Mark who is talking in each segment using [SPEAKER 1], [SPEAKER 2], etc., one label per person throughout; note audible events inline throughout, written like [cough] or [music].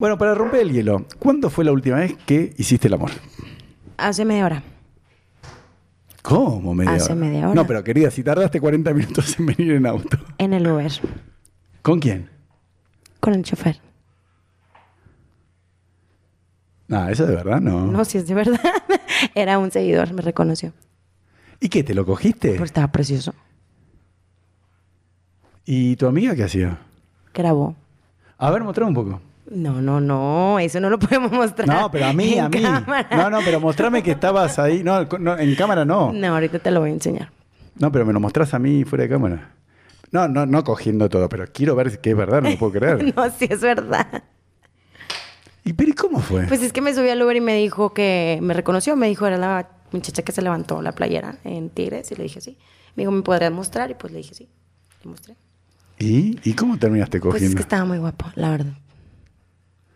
[SPEAKER 1] Bueno, para romper el hielo, ¿cuándo fue la última vez que hiciste el amor?
[SPEAKER 2] Hace media hora.
[SPEAKER 1] ¿Cómo? Media
[SPEAKER 2] Hace
[SPEAKER 1] hora?
[SPEAKER 2] media hora.
[SPEAKER 1] No, pero querida, si tardaste 40 minutos en venir en auto.
[SPEAKER 2] En el Uber.
[SPEAKER 1] ¿Con quién?
[SPEAKER 2] Con el chofer.
[SPEAKER 1] Ah, eso de verdad no.
[SPEAKER 2] No, si es de verdad. [laughs] Era un seguidor, me reconoció.
[SPEAKER 1] Eh. ¿Y qué? ¿Te lo cogiste?
[SPEAKER 2] Pero estaba precioso.
[SPEAKER 1] ¿Y tu amiga qué hacía?
[SPEAKER 2] Grabó.
[SPEAKER 1] A ver, mostrá un poco.
[SPEAKER 2] No, no, no. Eso no lo podemos mostrar.
[SPEAKER 1] No, pero a mí,
[SPEAKER 2] en
[SPEAKER 1] a mí.
[SPEAKER 2] cámara.
[SPEAKER 1] No, no,
[SPEAKER 2] [laughs]
[SPEAKER 1] pero mostrame que estabas ahí. No, no, en cámara no.
[SPEAKER 2] No, ahorita te lo voy a enseñar.
[SPEAKER 1] No, pero me lo mostrás a mí fuera de cámara. No, no, no cogiendo todo, pero quiero ver que es verdad, no lo puedo creer.
[SPEAKER 2] [laughs] No, si es verdad.
[SPEAKER 1] ¿Y pero ¿y cómo fue?
[SPEAKER 2] Pues es que me subí al Uber y me dijo que me reconoció, me dijo, era la muchacha que se levantó la playera en Tigres y le dije sí. Me dijo, ¿me podrías mostrar? Y pues le dije sí. Le mostré.
[SPEAKER 1] ¿Y? ¿Y cómo terminaste
[SPEAKER 2] Pues es
[SPEAKER 1] cogiendo?
[SPEAKER 2] que estaba muy guapo, la verdad.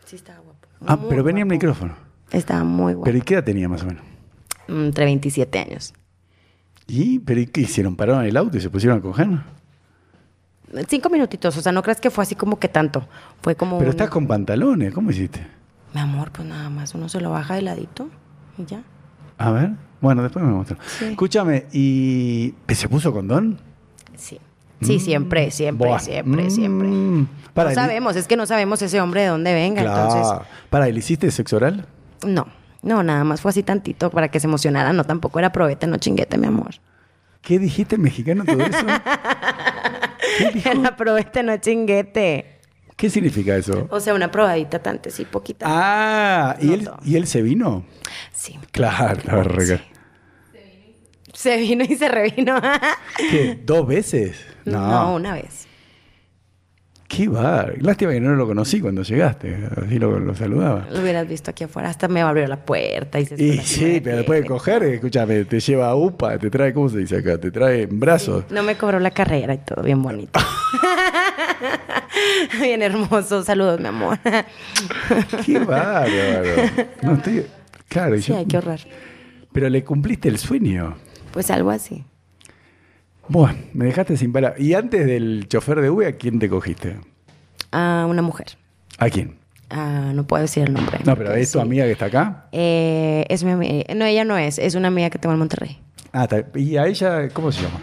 [SPEAKER 2] Sí, estaba guapo.
[SPEAKER 1] ah,
[SPEAKER 2] Muy
[SPEAKER 1] pero venía el
[SPEAKER 2] guapo.
[SPEAKER 1] micrófono.
[SPEAKER 2] Estaba muy guapo.
[SPEAKER 1] ¿Pero y qué edad tenía más o menos?
[SPEAKER 2] Entre 27 años.
[SPEAKER 1] ¿Y? ¿Pero y qué hicieron? ¿Pararon el auto y se pusieron a coger?
[SPEAKER 2] Cinco minutitos, o sea, no creas que fue así como que tanto. Fue como.
[SPEAKER 1] Pero
[SPEAKER 2] un-
[SPEAKER 1] estás con pantalones, ¿cómo hiciste?
[SPEAKER 2] Mi amor, pues nada más, uno se lo baja de ladito y ya.
[SPEAKER 1] A ver, bueno, después me mostró.
[SPEAKER 2] Sí.
[SPEAKER 1] Escúchame, ¿y se puso condón?
[SPEAKER 2] Sí. Sí, siempre, siempre,
[SPEAKER 1] Buah.
[SPEAKER 2] siempre,
[SPEAKER 1] Mm.
[SPEAKER 2] siempre.
[SPEAKER 1] Para,
[SPEAKER 2] no
[SPEAKER 1] Eli-
[SPEAKER 2] sabemos, es que no sabemos ese hombre de dónde venga,
[SPEAKER 1] Claro.
[SPEAKER 2] entonces.
[SPEAKER 1] Para, ¿le hiciste sexo oral?
[SPEAKER 2] No, no, nada más fue así tantito para que se emocionara. No, tampoco era probete, no chinguete, mi amor.
[SPEAKER 1] ¿Qué dijiste en mexicano todo
[SPEAKER 2] [laughs]
[SPEAKER 1] eso? ¿Qué, dijo?
[SPEAKER 2] Era probete, no chinguete.
[SPEAKER 1] ¿Qué significa eso?
[SPEAKER 2] O sea, una probadita tanto, sí, poquita.
[SPEAKER 1] Ah, ¿y
[SPEAKER 2] No,
[SPEAKER 1] él,
[SPEAKER 2] no.
[SPEAKER 1] ¿y él se vino?
[SPEAKER 2] Sí.
[SPEAKER 1] Claro, la verga.
[SPEAKER 2] Sí. Se vino y se revino. [laughs]
[SPEAKER 1] ¿Qué? ¿Dos veces? No.
[SPEAKER 2] no, una vez.
[SPEAKER 1] Qué va. Lástima que no lo conocí cuando llegaste. Así lo, lo saludaba.
[SPEAKER 2] Lo hubieras visto aquí afuera. Hasta me abrió la puerta y se
[SPEAKER 1] Y
[SPEAKER 2] escondió
[SPEAKER 1] sí,
[SPEAKER 2] aquí,
[SPEAKER 1] pero después de
[SPEAKER 2] güey.
[SPEAKER 1] coger, escúchame, te lleva a UPA, te trae, ¿cómo se dice acá? Te trae en brazos.
[SPEAKER 2] No me cobró la carrera y todo bien
[SPEAKER 1] [laughs]
[SPEAKER 2] bonito. bien hermoso. Saludos, mi amor.
[SPEAKER 1] Pues
[SPEAKER 2] [laughs]
[SPEAKER 1] Qué bárbaro. No, estoy- Claro, y
[SPEAKER 2] Sí,
[SPEAKER 1] yo-
[SPEAKER 2] hay que ahorrar.
[SPEAKER 1] pero le cumpliste el sueño.
[SPEAKER 2] Pues algo así.
[SPEAKER 1] Bueno, me dejaste sin palabras. Y antes del chofer de Uber, ¿a quién te cogiste?
[SPEAKER 2] A una mujer.
[SPEAKER 1] ¿A quién?
[SPEAKER 2] Ah, no puedo decir el nombre.
[SPEAKER 1] No, pero
[SPEAKER 2] porque
[SPEAKER 1] es tu
[SPEAKER 2] sí.
[SPEAKER 1] amiga que está acá.
[SPEAKER 2] Eh, es mi amiga. No, ella no es. Es una amiga que tengo en Monterrey.
[SPEAKER 1] Ah, está- ¿y a ella cómo se llama?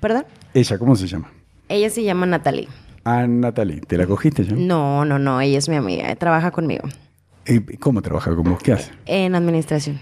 [SPEAKER 2] ¿Perdón?
[SPEAKER 1] Ella, ¿cómo se llama?
[SPEAKER 2] Ella se llama Natalie.
[SPEAKER 1] A Natalie. ¿Te la cogiste yo?
[SPEAKER 2] No, no, no. Ella es mi amiga. eh, Trabaja conmigo
[SPEAKER 1] ¿Y ¿Cómo trabaja con vos? ¿Qué hace?
[SPEAKER 2] en administración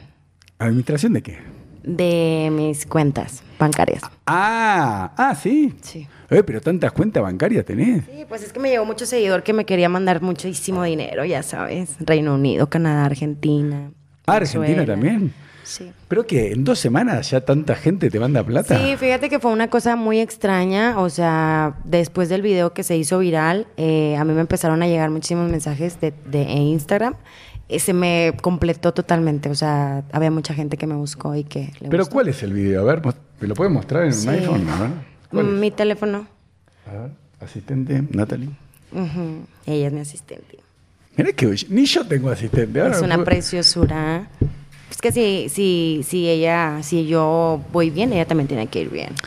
[SPEAKER 1] ¿Administración de qué?
[SPEAKER 2] de mis cuentas bancarias.
[SPEAKER 1] Ah, ah, sí.
[SPEAKER 2] Sí.
[SPEAKER 1] Eh, pero tantas cuentas bancarias tenés.
[SPEAKER 2] Sí, pues es que me llegó mucho seguidor que me quería mandar muchísimo dinero, ya sabes. Reino Unido, Canadá, Argentina.
[SPEAKER 1] Ah, Argentina
[SPEAKER 2] Venezuela.
[SPEAKER 1] también.
[SPEAKER 2] Sí.
[SPEAKER 1] ¿Pero que ¿En dos semanas ya tanta gente te manda plata?
[SPEAKER 2] Sí, fíjate que fue una cosa muy extraña. O sea, después del video que se hizo viral, eh, a mí me empezaron a llegar muchísimos mensajes de, de Instagram. Eh, se me completó totalmente. O sea, había mucha gente que me buscó y que le
[SPEAKER 1] ¿Pero
[SPEAKER 2] gustó.
[SPEAKER 1] cuál es el video? A ver, mos- ¿me lo puedes mostrar en
[SPEAKER 2] Sí. Mm,
[SPEAKER 1] un iPhone? A ver, ¿cuál es?
[SPEAKER 2] Mi teléfono.
[SPEAKER 1] A ver, asistente, Natalie.
[SPEAKER 2] Ujú. Ella es mi asistente.
[SPEAKER 1] Mirá que ni yo tengo asistente. Ahora
[SPEAKER 2] Es
[SPEAKER 1] me
[SPEAKER 2] una
[SPEAKER 1] puedo-
[SPEAKER 2] preciosura. Es que si, si, si ella, si yo voy bien, ella también tiene que ir bien.